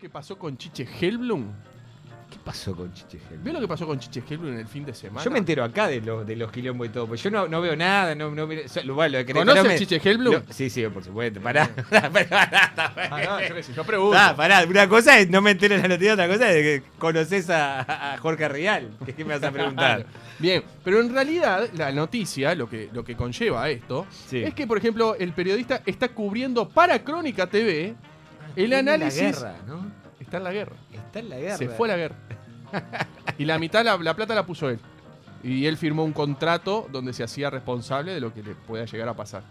que pasó con Chiche Helblum? ¿Qué pasó con Chiche ¿Vio lo que pasó con Chiche Helblum en el fin de semana? Yo me entero acá de los, de los quilombos y todo, pues yo no, no veo nada, no, no miro- so- lo, bueno, lo de Querétaro ¿Conoce me- a Chiche Helblum? lo- sí, sí, por supuesto, pará. pará, pará, Ah, pará. no, yo qué sé, yo pregunto. Ah, pará, una cosa es no me entero en la noticia, otra cosa es que conoces a, a Jorge Rial. ¿Qué, qué me vas a preguntar? Bien, pero en realidad la noticia, lo que, lo que conlleva esto, Sí. es que, por ejemplo, el periodista está cubriendo para Crónica TV el análisis. La guerra, ¿no? Está en la guerra. Está en la guerra. Se fue a la guerra. y la mitad, la, la plata la puso él. Y él firmó un contrato donde se hacía responsable de lo que le pueda llegar a pasar.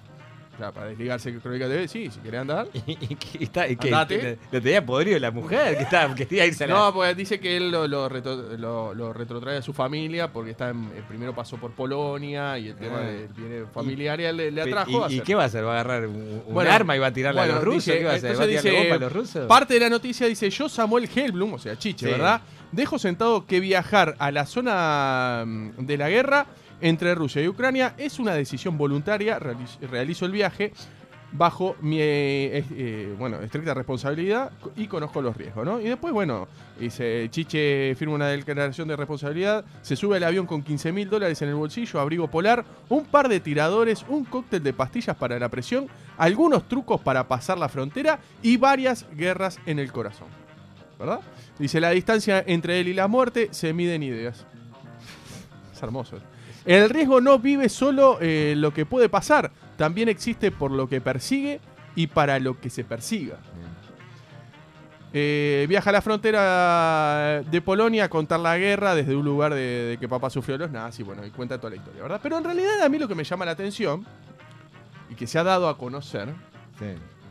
Claro, para desligarse de Crónica TV, sí, si querés andar. ¿Y, y qué- está, y qué? Andate. ¿Lo tenía podrido la mujer que estaba, que quería irse a la... No, pues dice que él lo, lo retro- lo- lo retrotrae a su familia porque está en, el primero pasó por Polonia y el tema Ah. de- viene familiar y a él le, le atrajo. ¿Y- a ¿Y, hacer. qué va a hacer? ¿Va a agarrar un, un Bueno, arma y va a tirarla a los bueno, rusos? dice- ¿Qué va a hacer? ¿Va a entonces tirarle dice, bomba a los rusos? Parte de la noticia dice, yo Samuel Helblum, o sea, Chiche, Sí. ¿verdad? Dejo sentado que viajar a la zona mm, de la guerra entre Rusia y Ucrania es una decisión voluntaria, reali- realizo el viaje bajo mi eh, es- eh, bueno, estricta responsabilidad y conozco los riesgos, ¿no? Y después, bueno, dice, Chiche firma una declaración de responsabilidad, se sube al avión con 15 mil dólares en el bolsillo, abrigo polar, un par de tiradores, un cóctel de pastillas para la presión, algunos trucos para pasar la frontera y varias guerras en el corazón. ¿Verdad? Dice, la distancia entre él y la muerte se mide en ideas. Es hermoso. El riesgo no vive solo eh, lo que puede pasar, también existe por lo que persigue y para lo que se persiga. Eh, viaja a la frontera de Polonia a contar la guerra desde un lugar de, de que papá sufrió los nazis, bueno, y cuenta toda la historia, ¿verdad? Pero en realidad a mí lo que me llama la atención y que se ha dado a conocer, Sí.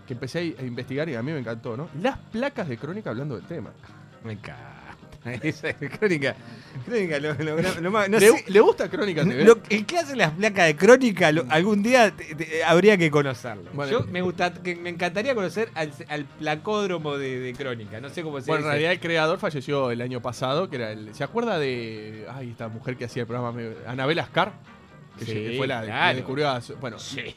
que empecé a i- a investigar y a mí me encantó, ¿no? Las placas de crónica hablando del tema. Me encanta. Esa es crónica. Crónica, lo, lo- lo- lo más- no ¿Le, sé. le gusta Crónica TV? Lo- el ¿eh? que hace las placas de crónica, lo- algún día te- te- habría que conocerlo. Bueno. Yo me gusta, que me encantaría conocer al, al placódromo de, de crónica. No sé cómo se Bueno, en dice. realidad el creador falleció el año pasado, que era el. ¿Se acuerda de. Ay, esta mujer que hacía el programa. medio- Anabel Ascar? Que Sí, lle- fue la claro. que descubrió a su- Bueno. Sí,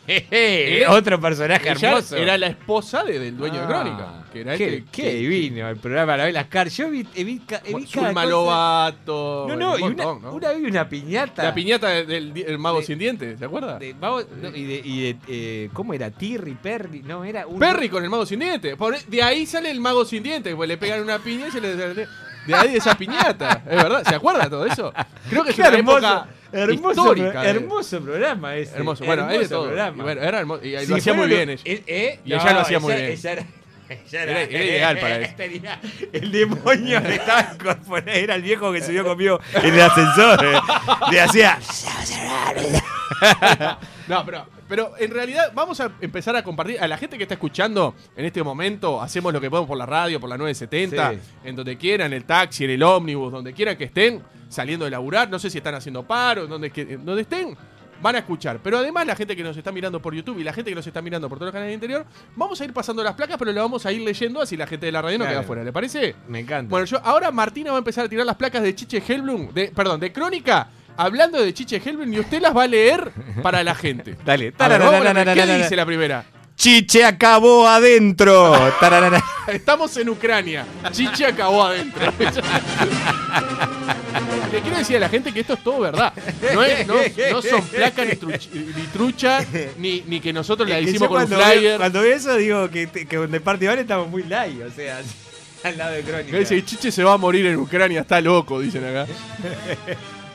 otro personaje ella hermoso. era la esposa de- del dueño de Ah, Crónica. Que era el qué, que- qué que- divino el programa La Velas Car. Yo vi, he vi, ca- he vi Bueno, cada Zulma cosa. Lobato. No, bueno, no, un y una, montón, ¿no? una vi una piñata. La piñata del, del- el mago de- sin dientes, ¿se acuerda? De- vamos, no, y de, y de, eh, ¿Cómo era? Tirri, Perry. No, era un. Perry con el mago sin dientes. Por- e, de ahí sale el mago sin dientes, pues le pegan una piña y se le. De ahí de esa piñata, es verdad, ¿se acuerda todo eso? Creo que es Qué una hermoso, época hermoso, histórica. pro- de- hermoso programa ese. Hermoso, bueno, hay de todo. programa. Y bueno, era hermoso. Y Si lo hacía fuera muy lo- bien ella. eh, eh, Y ella lo hacía muy ella- bien. ella era- ella Era- era ideal para eso. tenía- el demonio que estaba incorporado era el viejo que subió conmigo en el ascensor. eh. Le hacía. No, pero, pero en realidad vamos a empezar a compartir. A la gente que está escuchando en este momento, hacemos lo que podemos por la radio, por la 970, Sí. en donde quieran, en el taxi, en el ómnibus, donde quieran que estén, saliendo de laburar, no sé si están haciendo paro, donde, que- en donde estén, van a escuchar. Pero además la gente que nos está mirando por YouTube y la gente que nos está mirando por todos los canales del interior, vamos a ir pasando las placas, pero las vamos a ir leyendo así la gente de la radio no Claro. queda afuera, ¿le parece? Me encanta. Bueno, yo ahora Martina va a empezar a tirar las placas de Chiche Helblum, de, perdón, de Crónica, hablando de Chiche Helblum y usted las va a leer para la gente. Dale. A ver, vamos a Tarararararara. ver, ¿Qué dice la primera? Chiche acabó adentro. Tararara. Estamos en Ucrania. Chiche acabó adentro. Le quiero decir a la gente que esto es todo verdad. No, es- no- no son placas ni, truch- ni trucha, ni, ni que nosotros la Es que hicimos yo con un cuando veo- flyer. cuando veo eso digo que, te- que de parte vale estamos muy light, o sea, al lado de Crónica. Que dice, Chiche se va a morir en Ucrania, está loco, dicen acá.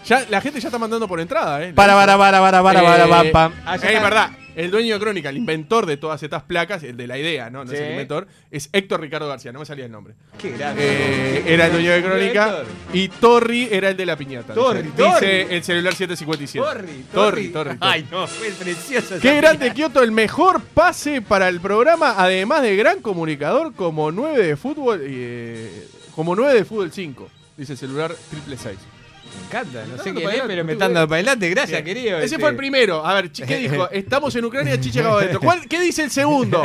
Ya, la gente ya está mandando por entrada, ¿eh? Para, para, para, para, para, para, Eh, para, pam. Es verdad. El dueño de Crónica, el inventor de todas estas placas, el de la idea, ¿no? No es Sí. el inventor, es Héctor Ricardo García, no me salía el nombre. Qué grande. Eh, era el dueño de Crónica. Héctor. Y Torri era el de la piñata. Torri, dice, Torri. Dice el celular 757. Torri, Torri, Torri. Ay, no, fue precioso. esa Qué grande tira. Kioto, el mejor pase para el programa, además de gran comunicador como 9 de fútbol, eh, como 9 de fútbol 5, dice el celular triple 6. Me encanta, no Está sé dando quién para es, adelante, pero tú, me están eh. dando para adelante. Gracias, Bien. querido. Ese este. fue el primero. A ver, chi- ¿qué dijo? Estamos en Ucrania, Chiche acaba adentro. ¿Cuál- ¿Qué dice el segundo?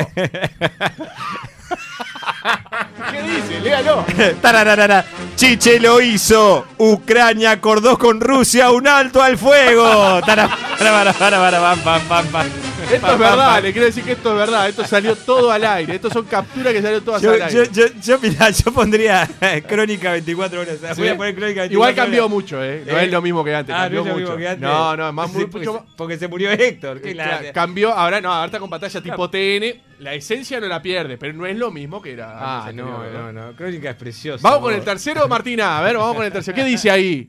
¿Qué dice? Léalo. Tarararara. Chiche lo hizo. Ucrania acordó con Rusia un alto al fuego. Tarara, para, para, para, para, pam, pam, pam, pam. Esto es verdad, le quiero decir que esto es verdad. Esto salió todo al aire. Esto son capturas que salió todas Yo, al yo, aire. yo, yo, mirá, yo pondría eh, Crónica 24 horas. ¿Sí? Voy a poner Crónica 24 Igual cambió horas. mucho, ¿eh? No Eh, es lo mismo que antes. Ah, no cambió es lo mucho. mismo que antes. No, no, es más, Sí, mucho porque, más- se- porque se murió Héctor. qué Claro, lástima. cambió, ahora no, ahora está con pantalla tipo TN. La esencia no la pierde, pero no es lo mismo que era. Ah, antes no, anterior, no, no. Crónica es preciosa. Vamos con boludo. el tercero, Martina. A ver, vamos con el tercero. ¿Qué dice ahí?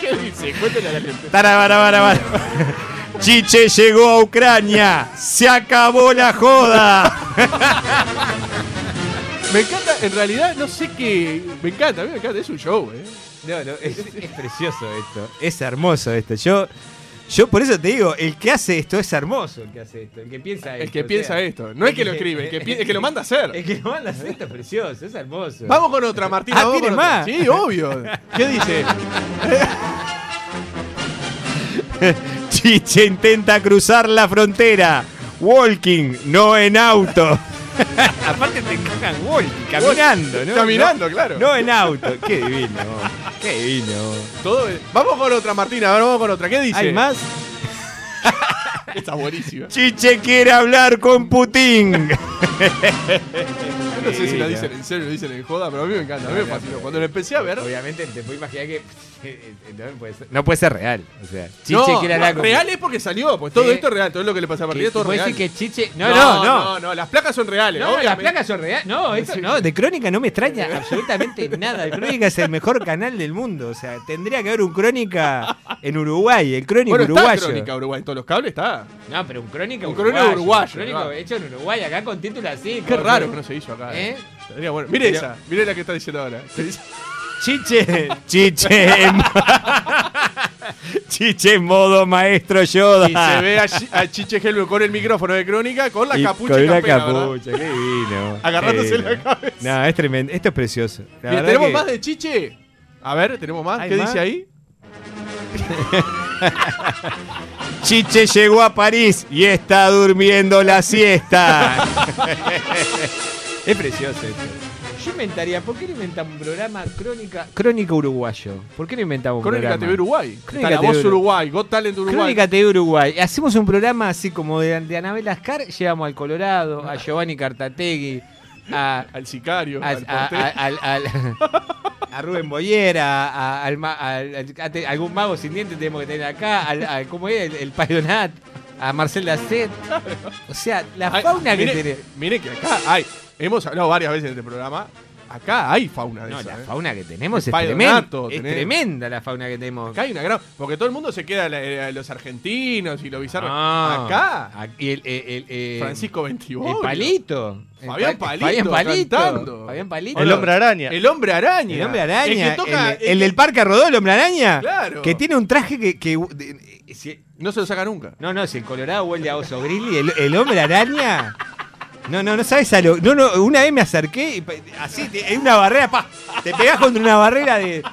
¿Qué dice? Cuéntale a la gente. Tarabarabara. Chiche llegó a Ucrania. Ah, Se acabó la joda. Me encanta, en realidad, no sé qué. Me encanta, a mí me encanta. Es un show, ¿eh? No, no, es, es precioso esto. Es hermoso esto. Yo, yo por eso te digo, el que hace esto es hermoso. El que hace esto, el que piensa esto. El que o piensa sea, esto. No es que lo escribe, el que, pi- el que lo manda a hacer. El que lo manda a hacer esto es precioso, es hermoso. Vamos con otra, Martina. Ah, vamos con ¿tiene otra. más? Sí, obvio. ¿Qué dice? Chiche intenta cruzar la frontera. Walking, no en auto. Aparte te cagan walking, caminando, ¿no? Caminando, No- claro. No en auto. Qué divino. Qué divino. Todo es- Vamos con otra, Martina. A ver, vamos con otra. ¿Qué dice? ¿Hay más? Está buenísima. Chiche quiere hablar con Putin. Yo no sé si la dicen en serio, lo dicen en joda, pero a mí me encanta. A mí me fascinó. Cuando lo empecé a ver. Obviamente te puedo imaginar que eh, no puede ser, no puede ser real. O sea, Chiche no, quiere no, hablar con real es porque salió, pues todo Sí. esto es real, todo lo que le pasa a Martina, Que- todo es vos real. decís que Chiche. No, no, no, las placas son reales, No, las obviamente. placas son reales. No, esto Sí. no. No, de Crónica no me extraña absolutamente nada. El Crónica es el mejor canal del mundo. O sea, tendría que haber un Crónica en Uruguay, el Crónica Bueno, está uruguayo. Crónica Uruguay, todos los cables está. No, pero un crónica Un uruguayo. crónica uruguayo, crónico ¿no? hecho en Uruguay, acá con título así. Qué con- raro que no se hizo acá. ¿Eh? Estaría bueno. Mire Pero- esa, mire la que está diciendo ahora. Se dice- Chiche, chiche. en- chiche en modo maestro Yoda. Y se ve a, Chi- a Chiche Helme con el micrófono de Crónica con la Y capucha con y una campera, ¿verdad? capucha, qué divino. Agarrándose Qué la divino. cabeza. No, es tremendo. Esto es precioso. La Bien, verdad ¿Tenemos que- más de Chiche? A ver, ¿tenemos más? ¿Hay ¿Qué más? dice ahí? Chiche llegó a París y está durmiendo la siesta. es precioso esto. Yo inventaría, ¿por qué no inventamos un programa crónica crónica uruguayo? ¿Por qué no inventamos un Crónica programa? TV Uruguay. Crónica está la TV voz Uruguay. Uruguay, Got Talent Uruguay. Crónica TV Uruguay. Hacemos un programa así como de, de Anabel Ascar, llevamos al Colorado, a Giovanni Cartategui, a, Al sicario, a, al a- portero. a- al- al- a Rubén Boyera, a, al ma- al- al- a te- algún mago sin dientes tenemos que tener acá, al, al- ¿cómo es? El, el Paionat, a Marcel Lacet. O sea, la Ay, fauna que mire- tenés. Mire que acá hay. Hemos hablado varias veces en este programa. Acá hay fauna de No, esa. la ¿eh? fauna que tenemos es Paionato tremenda. Es tenés. tremenda la fauna que tenemos. Acá hay una gran. Porque todo el mundo se queda la- eh, los argentinos y los bizarros. No. Acá, Aquí el, el- el- el- Francisco 28. Eh, El palito. El Fabián pa- Palito Fabián Palito. cantando. Fabián Palito. El hombre araña. El hombre araña. El hombre araña. El, El que toca. el del parque Rodó, el hombre araña. Claro. Que tiene un traje que. que- eh, de- si- No se lo saca nunca. no, no, si el Colorado huele a oso grizzly, el, el hombre araña. No, no, no sabes a lo. No, no, una vez me acerqué y pa- así, te- hay una barrera, pa. Te pegás contra una barrera de.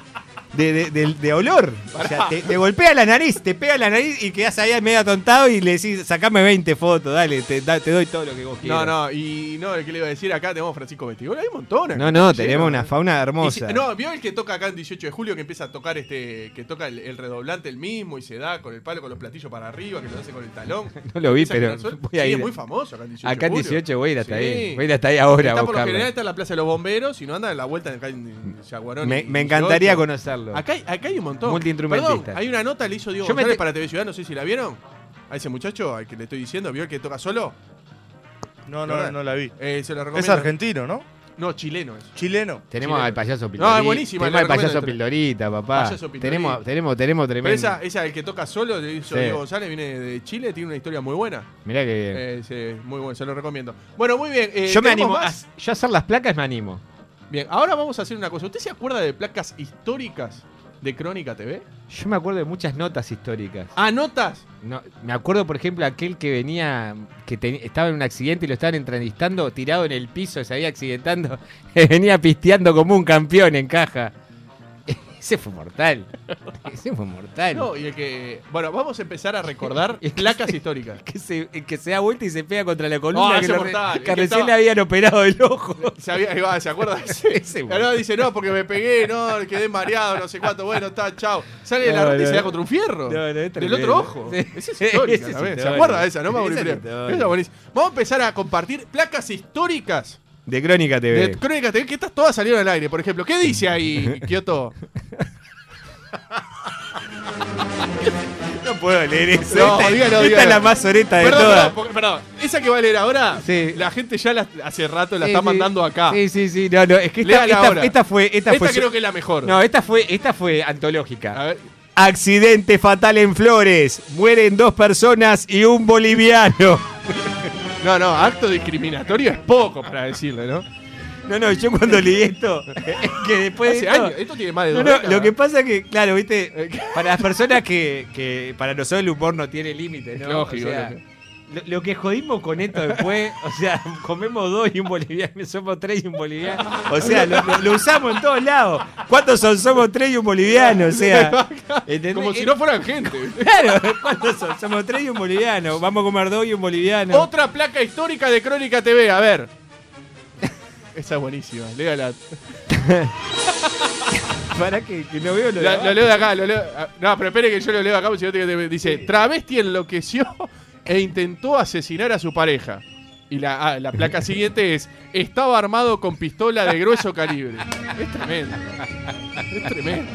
De, de- de- de olor. O sea, te, te golpea la nariz, te pega la nariz y quedás ahí medio atontado y le decís, sacame 20 fotos, dale, te, da- te doy todo lo que vos No, quieras. no, y no, ¿qué le iba a decir? Acá tenemos Francisco 28. Hay un montón. acá. no, no, Lleno, tenemos una ¿eh? fauna Y si- hermosa. no, vio el que toca acá en 18 de julio que empieza a tocar este. que toca el, el redoblante el mismo y se da con el palo, con los platillos para arriba, que lo hace con el talón. No lo vi, Empieza a pero girar sol. voy a Sí, ir. es muy famoso acá en 18 de Acá en julio. 18 voy a ir hasta Sí. ahí. Voy a ir hasta ahí ahora Está a por lo general buscarlo. está en la Plaza de los Bomberos y no anda en la vuelta acá en Ah, Jaguarón. Me, y me encantaría 18. conocerlo. Acá, hay- acá hay un montón. Multiinstrumentista. Perdón, hay una nota le hizo Diego Yo me González te- para TV Ciudad, no sé si la vieron. A ese muchacho al que le estoy diciendo, ¿vio el que toca solo? No, no, no la vi. Eh, se lo recomiendo. Es argentino, ¿no? No, chileno es. Chileno. Tenemos Chileno. al payaso No, Pildorita. es buenísima, la Tenemos al payaso recomiendo. Pildorita, papá. Payaso Pildorita. Tenemos, tenemos, tenemos Pero tremendo. esa, esa, el que toca solo, le hizo Sí. Diego González, viene de Chile, tiene una historia muy buena. Mirá que bien. Eh, sí, muy bueno, se lo recomiendo. Bueno, muy bien. eh, yo me ¿tenemos animo. a- más? yo a hacer las placas me animo. Bien, ahora vamos a hacer una cosa. ¿Usted se acuerda de placas históricas de Crónica TV? Yo me acuerdo de muchas notas históricas. Ah. ¿Anotas? No, me acuerdo, por ejemplo, aquel que venía, que te- estaba en un accidente y lo estaban entrevistando, tirado en el piso, se había accidentando, venía pisteando como un campeón en caja. Ese fue mortal. Ese fue mortal. No, y el que. Bueno, vamos a empezar a recordar placas históricas. Que se, que se da vuelta y se pega contra la columna Ah, que, ese lo- mortal. que El que recién le estaba- habían operado el ojo. Se, había- ahí va, ¿se acuerda? Ese, Ese, Ahora dice, no, porque me pegué, no, quedé mareado, no sé cuánto, bueno, está, chao. Sale de la No, ruta y no. se da contra un fierro. No, no, es del tremendo. otro ojo. Sí. Esa es histórica, Esa es ¿la ves? ¿Se histórica. acuerda de esa, no, Mauri Esa es Priá? histórica. Esa es buenísima. Vamos a empezar a compartir placas históricas De Crónica TV. de Crónica TV, que estas todas salieron al aire, por ejemplo. ¿Qué dice ahí, Kioto? No puedo leer eso. No, esta dígalo, esta dígalo. es la más soreta de Perdón, todas. perdón, porque- perdón. Esa que va a leer ahora, Sí. la gente ya la- hace rato la Sí, está sí. mandando acá. Sí, sí, sí. No, no, es que esta, Léala esta, ahora. esta fue. Esta, Esta, fue creo que es la mejor. No, esta fue, esta fue antológica. A ver, Accidente fatal en Flores. Mueren dos personas y un boliviano. no, no, acto discriminatorio es poco para decirle, ¿no? No, no, yo cuando leí esto, es que después. de Hace esto- años, esto tiene más de No, dos no, décadas. lo que pasa que, claro, viste, Eh, que- para las personas que, que para nosotros el humor no tiene límite, ¿no? lógico, O sea, lógico. lo, lo que jodimos con esto después, o sea, comemos dos y un boliviano, somos tres y un boliviano. O sea, lo, lo- lo usamos en todos lados. ¿Cuántos son? Somos tres y un boliviano, o sea. ¿entendés? Eh, Como si no fueran gente. Claro, ¿cuántos son? Somos tres y un boliviano. Vamos a comer dos y un boliviano. Otra placa histórica de Crónica TV, a ver. Esa es buenísima, léala. Para que, que no veo lo de La- abajo. lo leo de acá, lo leo. ah, No, pero espere que yo lo leo acá, porque si no te- te- dice, travesti enloqueció e intentó asesinar a su pareja. Y la, ah, la placa siguiente es, estaba armado con pistola de grueso calibre. Es tremendo. Es tremendo.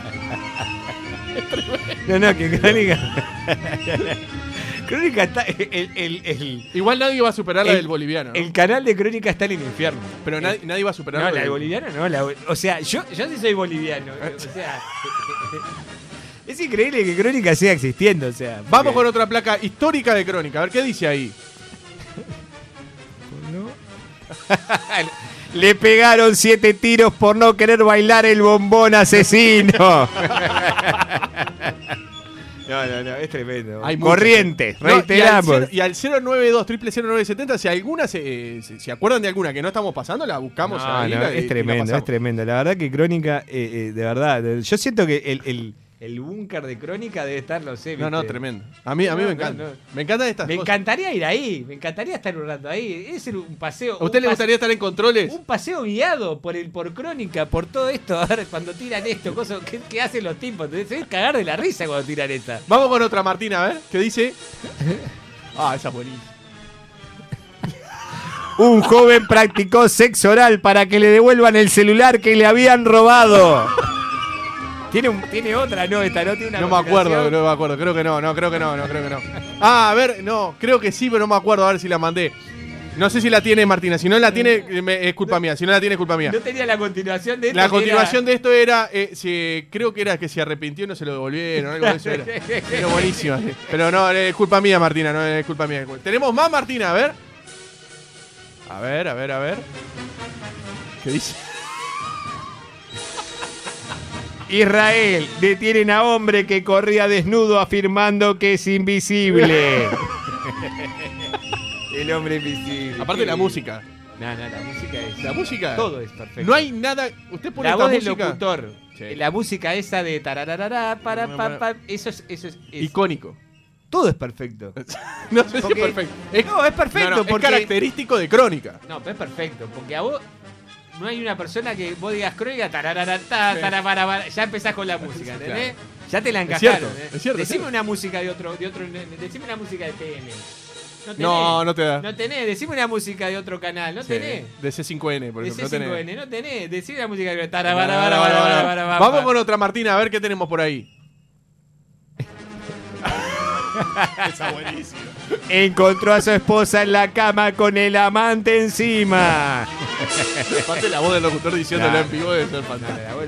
No, no, que Crónica. Crónica está. El, el- el- Igual nadie va a superar la El- del boliviano. ¿no? el canal de Crónica está en el infierno. pero nadie, nadie va a superar No, la la del boliviana no. La, bo- o sea, yo, yo sí soy boliviano. O sea. Es increíble que Crónica siga existiendo, o sea. Vamos con porque- otra placa histórica de Crónica. A ver qué dice ahí. Le pegaron siete tiros por no querer bailar el bombón asesino. no, no, no, es tremendo. Hay muchas. Corrientes, No, y al reiteramos. cero- y al 092 0970 si alguna se, eh, se, se acuerdan de alguna que no estamos pasando, la buscamos Ah, No, ahí, no, la- y es la tremendo, es pasamos. tremendo. La verdad que Crónica, eh, eh, de verdad, de- yo siento que el, el, el búnker de Crónica debe estar, no sé. No, viste. no, tremendo. A mí, a mí No, me no, encanta. no. Me encantan estas Me cosas. encantaría ir ahí, me encantaría estar un rato ahí. Es el- un paseo. ¿A usted un le pase- gustaría estar en controles? Un paseo guiado por el por Crónica, por todo esto. A ver, cuando tiran esto, cosas, ¿qué, qué hacen los tipos? Te debes cagar de la risa cuando tiran esta. Vamos con otra, Martina, a ver, ¿qué dice? Ah, esa es buenísima. Un joven practicó sexo oral para que le devuelvan el celular que le habían robado. Tiene, un- tiene otra, ¿no? Esta no tiene una No me acuerdo, continuación. no me acuerdo. Creo que no, no, creo que no, no, creo que no. Ah, a ver, no, creo que sí, pero no me acuerdo. A ver si la mandé. No sé si la tiene Martina. Si no la tiene, eh, me- es culpa mía. Si no la tiene, es culpa mía. No tenía la continuación de esto. La continuación de esto era, eh, se- creo que era que se arrepintió y no se lo devolvieron, algo de eso era. Pero buenísimo. eh. Pero no, eh, es culpa mía, Martina, no es culpa mía. Tenemos más, Martina, a ver. A ver, a ver, a ver. ¿Qué dice? Israel, detienen a hombre que corría desnudo afirmando que es invisible. El hombre invisible. Aparte la música. No, no, la música es. La música. Todo es perfecto. No hay nada. Usted pone La esta voz del música. locutor. Sí. La música esa de tarararara, para, Bueno, pa, bueno. pa, eso es. Eso es, es- Icónico. todo es perfecto. No sé si es Porque- perfecto. Es, No, es perfecto no, no, es porque- característico de crónica. No, pero es perfecto, porque a vos. No hay una persona que vos digas crónica, tarararata, Sí. tarabara, ya empezás con la música, ¿entendés? Ya te la Es encajaron. cierto, ¿eh? es cierto, es Decime cierto. una música de otro, de otro, decime una música de TN. No tenés, No, no te da. no tenés, decime una música de otro canal, no Sí. tenés. De C5N, por De ejemplo. no C5N, tenés. no tenés, decime una música de Vamos con otra, Martina, a ver qué tenemos por ahí. Encontró a su esposa en la cama con el amante encima. Aparte la voz del locutor diciéndolo en vivo debe ser fantástico.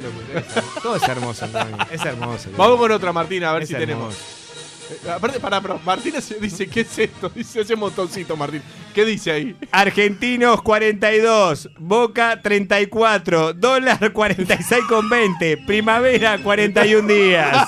Todo es hermoso, es hermoso. Vamos con otra, Martina, a ver Es si tenemos. Eh, Aparte, para, Martina se dice, ¿qué es esto? Dice ese montoncito, Martín. ¿Qué dice ahí? Argentinos 42, Boca 34, dólar 46,20, primavera 41 días.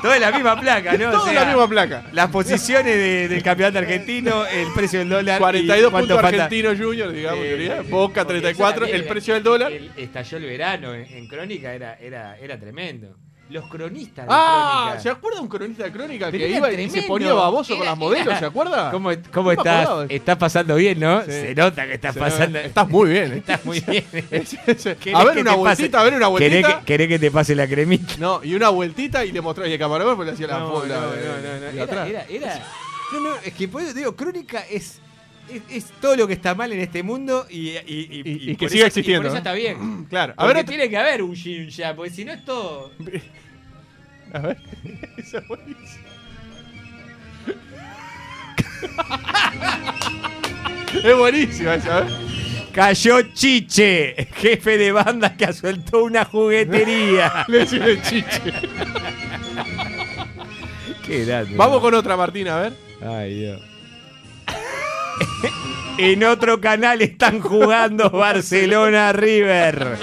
Todo es la misma placa, ¿no? O Todo sea, la misma placa. Las posiciones de- del campeonato argentino, el precio del dólar. y 42 cuánto puntos falta. argentino junior, digamos, Eh, teoría. eh, Boca porque eso 34, también el era- precio del dólar. el- estalló el verano en, en Crónica, era, era, era tremendo. Los cronistas de Ah, crónica. ¿se acuerda un cronista de crónica Pero que era iba y se tremendo. ponía baboso con Era- las modelos? era- ¿Se acuerda? ¿Cómo, cómo No me estás? acordaba de eso. Estás pasando bien, ¿no? Sí. Se nota que estás Se- pasando. Estás muy bien. ¿eh? Estás muy bien. a ¿Querés ver que una te pase- vueltita, a ver una ¿Querés vueltita. que, querés que te pase la cremita? No, y una vueltita y le mostraba y el camarógrafo le hacía la No, no, bola. no, de- no, no, de Era, atrás. era, era- No, no, es que por eso te digo, Crónica es, es, es todo lo que está mal en este mundo y, y, y, Y- y y que por siga eso- y existiendo, por eso ¿no? está bien. Claro. A A ver, ver, tiene que haber un yin y un ya, porque si no es todo. otra- a ver. Esa es buenísima. es buenísima esa, ¿eh? Cayó Chiche, jefe de banda que asaltó una juguetería. Le decía el chiche. Qué grande. Vamos con otra, Martina, a ver. Ay, Dios. en otro canal están jugando Barcelona River.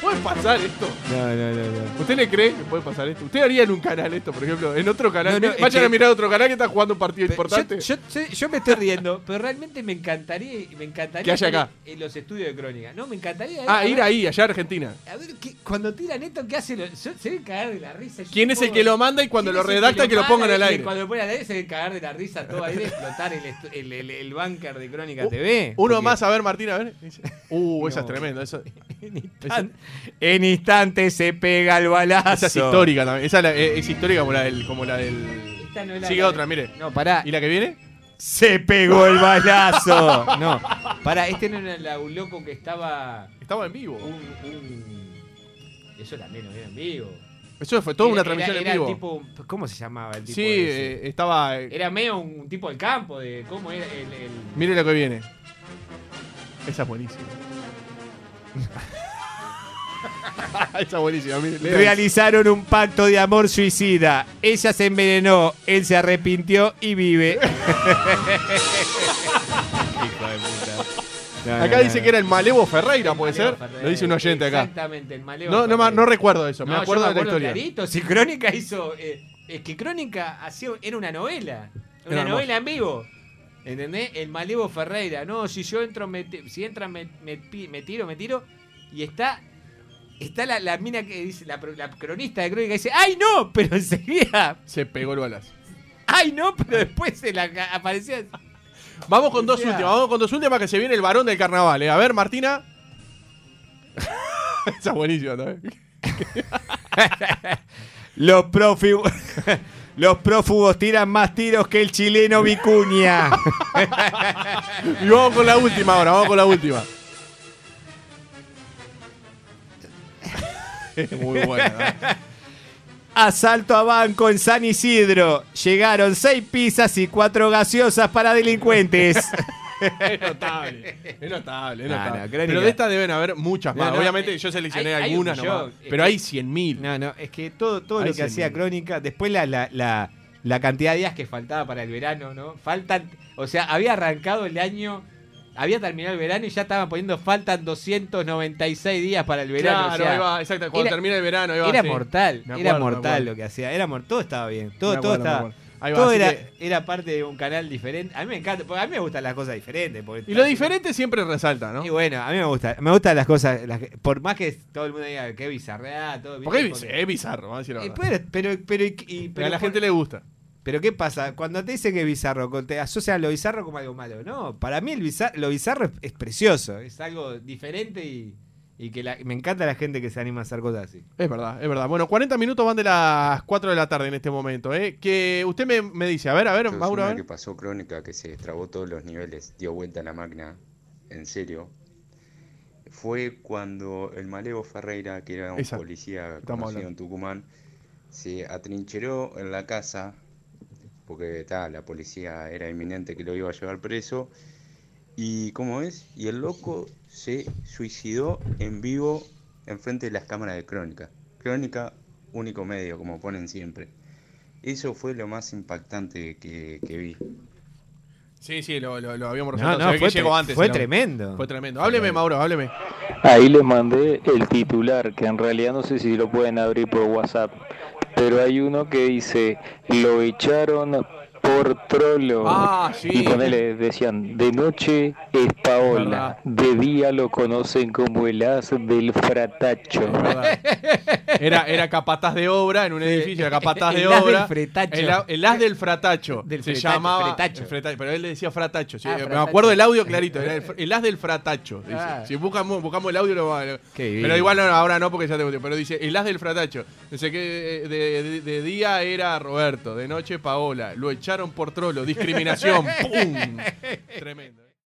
¿Puede pasar esto? No, no, no, no. ¿Usted le cree que puede pasar esto? ¿Usted haría en un canal esto, por ejemplo? ¿En otro canal? No, no, es Vayan que- a mirar otro canal que está jugando un partido Pe- importante. Yo, yo- yo- yo me estoy riendo, pero realmente me encantaría, me encantaría Que haya estar acá. en los estudios de crónica. No, me encantaría ah, a ir ver- ahí, allá a Argentina. A ver, qué- cuando tiran esto, ¿qué hace? se ven cagar de la risa. Yo ¿Quién es el pongo- que lo manda y cuando ¿quién lo es el redacta que lo manda? pongan al Y aire? Cuando lo ponen al aire se ven cagar de la risa todo ahí de explotar el, estu- el, el, el banker de Crónica TV. Uno Porque- más, a ver, Martín, a ver. Uh, esa es tremenda. Esa, En, instan- en instantes se pega el balazo. esa es histórica también. Esa es, la- eh, es- es histórica como la del. Como la del... Esta no es la- Sigue otra, mire. No, pará. ¿Y la que viene? Se pegó el balazo. No, pará, este no era la- un loco que estaba... Estaba en vivo. un, un- Eso también no era en vivo. Eso fue toda Era- una transmisión era- en era vivo. tipo- ¿Cómo se llamaba el tipo? sí, ese? eh, estaba. eh, Era medio un tipo del campo, de cómo era el. el- Mire lo que viene. Esa es buenísima. Esa es buenísima, mire. lea. Realizaron un pacto de amor suicida. Ella se envenenó, él se arrepintió y vive. Acá dice que era el Malevo Ferreira, ¿puede ser? Ferreira. Lo dice un oyente acá. Exactamente, el maleo. No, no, ma- no Ferreira. recuerdo eso, me No, yo acuerdo de la historia. clarito, si Crónica hizo. eh, es que Crónica hacía, era una novela. Una Era hermoso. novela en vivo. ¿Entendés? El Malevo Ferreira. No, si yo entro, me, ti- si entra, me, me pi- me tiro, me tiro. Y está. Está la, la mina que dice, la, pro- la cronista de Crónica dice, ¡ay no! Pero enseguida, Se pegó el balazo. ¡ay no! Pero después se la aparecía. Vamos con dos O sea- últimas, vamos con dos últimas que se viene el varón del carnaval, ¿eh? A ver, Martina. Esa es buenísima también. Los prófugos, los prófugos tiran más tiros que el chileno Vicuña. Y vamos con la última ahora, vamos con la última. Es muy buena. ¿no? Asalto a banco en San Isidro. Llegaron seis pizzas y cuatro gaseosas para delincuentes. Es notable. Es notable, es No, notable. no, crónica. pero de estas deben haber muchas No, más. no, Obviamente eh, yo seleccioné hay- hay un algunas millón. nomás, Es Pero que- hay 100.000. No, no, es que Todo, todo Ahí lo sí, que hacía mira. Crónica, después la, la, la- la cantidad cantidad de de días que faltaba para el verano, ¿no? Faltan, o sea, había arrancado el año, había terminado el verano y ya estaban poniendo faltan 296 días para el Claro, verano. o sea, ahí va, exacto. Cuando era- termina el verano, ahí va. era sí. mortal, Me era acuerdo, me mortal acuerdo. lo lo que que hacía. Era amor, todo estaba bien. Me Todo, acuerdo, todo me estaba. acuerdo. Ahí va, todo así era, que- era parte de un canal diferente. A mí me encanta, porque a mí me gustan las cosas diferentes. porque- Y lo diferente siempre resalta, ¿no? Y bueno, a mí me gusta, me gustan las cosas, las que- por más que todo el mundo diga que bizarreada, todo Porque es, ¿viste? biz- es bizarro, vamos a decir la Eh, verdad. pero, pero, pero, y- y- Pero a pero la por- gente le gusta. pero ¿qué pasa? Cuando te dicen que es bizarro, con- te asocian lo bizarro como algo malo. No, para mí el bizar- lo bizarro es, es precioso. es- es algo diferente y y que la- me encanta la gente que se anima a hacer cosas así. Es verdad, es verdad. Bueno, 40 minutos van de las 4 de la tarde en este momento. ¿eh? Que usted me, me dice, a ver, a ver, Yo Mauro, a una que ver. pasó Crónica, que se destrabó todos los niveles, dio vuelta a la máquina, en serio, fue cuando el Malevo Ferreira, que era un Esa. policía Estamos conocido hablando. en Tucumán, se atrincheró en la casa, porque ta, la policía era inminente que lo iba a llevar preso, y ¿cómo es? Y el loco se suicidó en vivo enfrente de las cámaras de Crónica. Crónica, único medio, como ponen siempre. Eso fue lo más impactante que, que vi. Sí, sí, lo, lo- lo habíamos No, resaltado. no, Se ve fue, que llegó tre- antes. fue ¿no? tremendo. Fue tremendo. Hábleme, Mauro, hábleme. Ahí les mandé el titular, que en realidad no sé si lo pueden abrir por WhatsApp, pero hay uno que dice, lo echaron por trolo. Ah, sí. Y ponele, decían, de noche es Paola, Verdad. de día lo conocen como el as del fratacho. Es verdad. Era, era capataz de obra en un edificio, era capataz de El as del obra. fretacho. El, a- el as del fratacho. Del se fretacho, llamaba. fretacho. el fretacho, pero él le decía fratacho. sí, Ah, eh, me fratacho. acuerdo del audio clarito. Era el, fr- el as del fratacho. dice. Ah. Si buscamos, buscamos el audio, lo va- lo- Qué divino. Pero igual no, ahora no, porque ya te conté, Pero dice el as del fratacho. Dice que eh, de, de- de día era Roberto, de noche Paola. Lo echaron por trolo. Discriminación. ¡Pum! Tremendo.